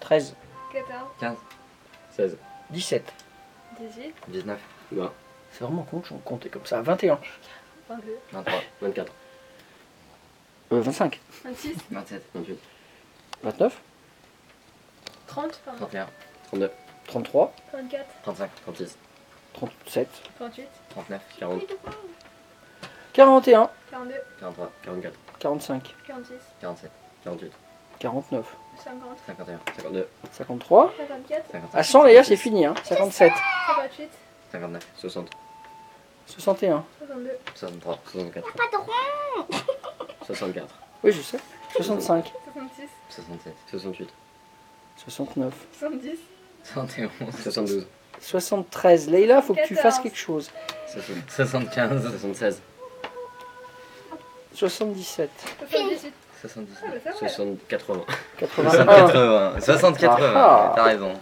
13, 14, 16, 17. 18, 19, 20, C'est vraiment con de compter comme ça. 21. 22, 23, 24, Euh, 25. 26, 27, 28, 29. 30, pardon, 31, 32, 33. 34, 35, 36, 37. 38, 39, 40, 41. 42, 43, 44, 45. 46, 47, 48, 49. 50, 51, 52, 53. 54, 55, À 100, Ah, les gars, c'est fini. Hein. 57. 58, 59, 60, 61. 62, 63, 64, Pas de rond. 64, Oui, je sais. 65. 66, 67, 68, 69. 70, 71, 72, 73. Leïla, faut que tu 14. fasses quelque chose. 75, 76, 77. 78, 79, ah bah ça va. 60, 80, 81. 60, 80, 60, 80, Ah. t'as raison.